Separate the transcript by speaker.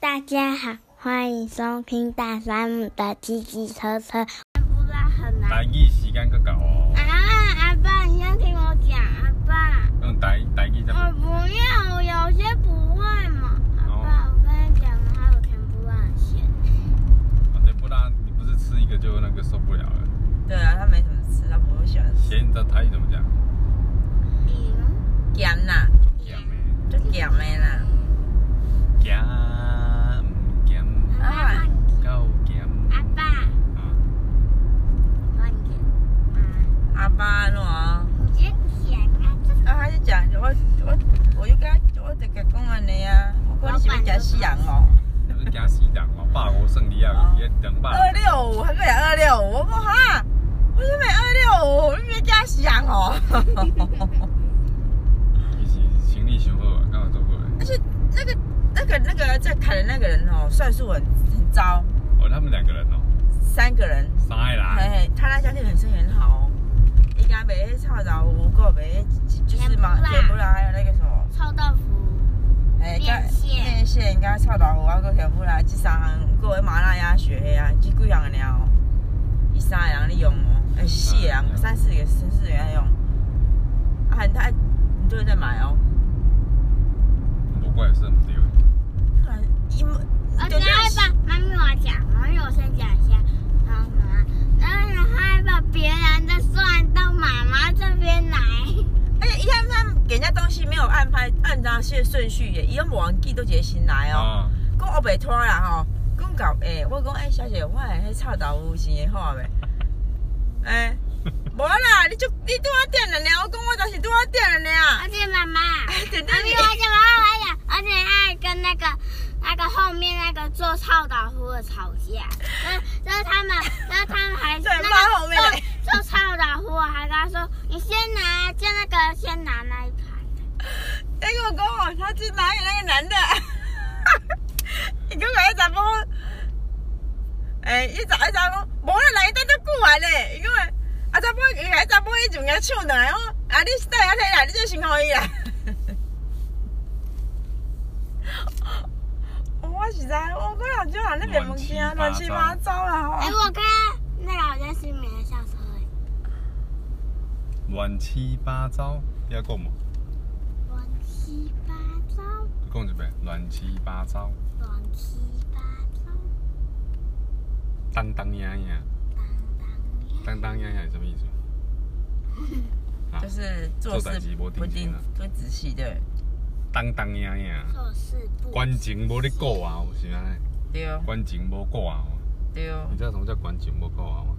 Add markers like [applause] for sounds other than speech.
Speaker 1: 大家好，欢迎收听大山姆的叽叽车车。不知道很难
Speaker 2: 台语时间搁到哦，
Speaker 1: 啊！阿爸，你先听我讲，阿爸，
Speaker 2: 用台台语怎
Speaker 1: 我
Speaker 2: 么？
Speaker 1: 哦不要，我有些不会嘛。阿爸，我跟你讲，还有甜不辣很咸。
Speaker 2: 啊对，不然你不是吃一个就那个受不了了。
Speaker 3: 对啊，他没什么吃，他不会喜欢吃。
Speaker 2: 咸的台语怎么讲？
Speaker 1: 嗯，
Speaker 3: 咸啦，
Speaker 2: 就咸的，
Speaker 3: 就咸的啦。
Speaker 2: 咸唔咸？
Speaker 3: 啊
Speaker 2: 够咸。
Speaker 1: 阿爸，
Speaker 2: 啊，
Speaker 1: 慢点。啊，
Speaker 3: 阿爸喏，啊，
Speaker 1: 你先讲啊，这是
Speaker 3: 他就讲，我我我就跟他，我就跟他讲安尼啊，我讲你是要食西洋哦，
Speaker 2: 我是惊死人哦，百五算你啊，也两百。
Speaker 3: 二六五，他讲二六五，我讲哈，我就买二六五，你别加西洋哦。
Speaker 2: 伊是行李上好啊，刚好做过来。
Speaker 3: 而且那个那个那个在砍的那个人哦，算术很很糟，
Speaker 2: 哦，他们两个人哦，
Speaker 3: 三个人，
Speaker 2: 三个啊
Speaker 3: 嘿
Speaker 2: 啦。
Speaker 3: 嘿，他那家庭很生意很好哦，应该没操劳无垢，没就是嘛，全部啦，还有那个什么。
Speaker 1: 臭豆腐。
Speaker 3: 哎，
Speaker 1: 面
Speaker 3: 甲
Speaker 1: 线
Speaker 3: 面线甲臭豆腐啊，搁全部来，即三项，搁迄麻辣鸭血迄啊，即几项个了哦。伊三个人咧用哦，哎，四个人，三四个，三四个人在用。啊，很他很多人在买哦。
Speaker 2: 不过也是唔对的。
Speaker 3: 啊伊们
Speaker 1: 我等下把妈咪我讲，妈咪我先讲一下，然后呢，然后还把别人的算到妈妈这边
Speaker 3: [laughs]
Speaker 1: 来，
Speaker 3: 而且伊他们他们给人家东西没有按拍按照些顺序耶，伊用忘记都一个先来哦。
Speaker 2: 啊，
Speaker 3: 讲我袂拖啦吼，讲搞诶，我讲诶、哎小姐，我诶迄臭豆腐是会好未？诶、无啦，你就你拄啊点了呢，我讲我就是拄啊点了呢啊
Speaker 1: 而。且妈
Speaker 3: [laughs]
Speaker 1: 妈，
Speaker 3: 哎
Speaker 1: 妈
Speaker 3: 等等
Speaker 1: 咪
Speaker 3: 你
Speaker 1: 我讲，妈妈我讲，而且他还跟那个那个后面那个做臭豆腐的吵架，这这他们，这他们还
Speaker 3: 对
Speaker 1: 那
Speaker 3: 骂后
Speaker 1: 个
Speaker 3: 面嘞
Speaker 1: 做做臭豆腐还跟他说，你先拿，就那个先拿那一盘。
Speaker 3: 那个我讲哦，他去拿给那个男的， [laughs] 伊讲个查某，哎，伊查伊查某，无啦，来等足久啊咧，伊讲个啊查某，伊个查某伊就硬抢倒来哦，啊你带下来啦，你就先互伊啦。 [laughs] 哦我实在，我讲老少人咧面目惊，乱七八糟啦哦
Speaker 1: 哎、
Speaker 3: 吼。
Speaker 1: 我看那个好像是没人下车哎，
Speaker 2: 乱七八糟，你要讲吗？
Speaker 1: 乱七八糟。
Speaker 2: 讲一遍，乱七八糟，
Speaker 1: 乱七八糟，
Speaker 2: 当当呀呀，
Speaker 1: 当当呀！
Speaker 2: 当当呀呀是什么意思？
Speaker 3: [laughs]
Speaker 2: 啊
Speaker 3: 就是做
Speaker 2: 做代
Speaker 3: 事
Speaker 2: 志无定
Speaker 3: 不定
Speaker 2: 心啊
Speaker 3: 不仔细，对
Speaker 2: 当当呀呀。
Speaker 1: 做事不
Speaker 2: 关情无咧顾啊，有时安尼，
Speaker 3: 对
Speaker 2: 关情无顾啊，
Speaker 3: 对。
Speaker 2: 你知道什么叫关情无顾啊吗？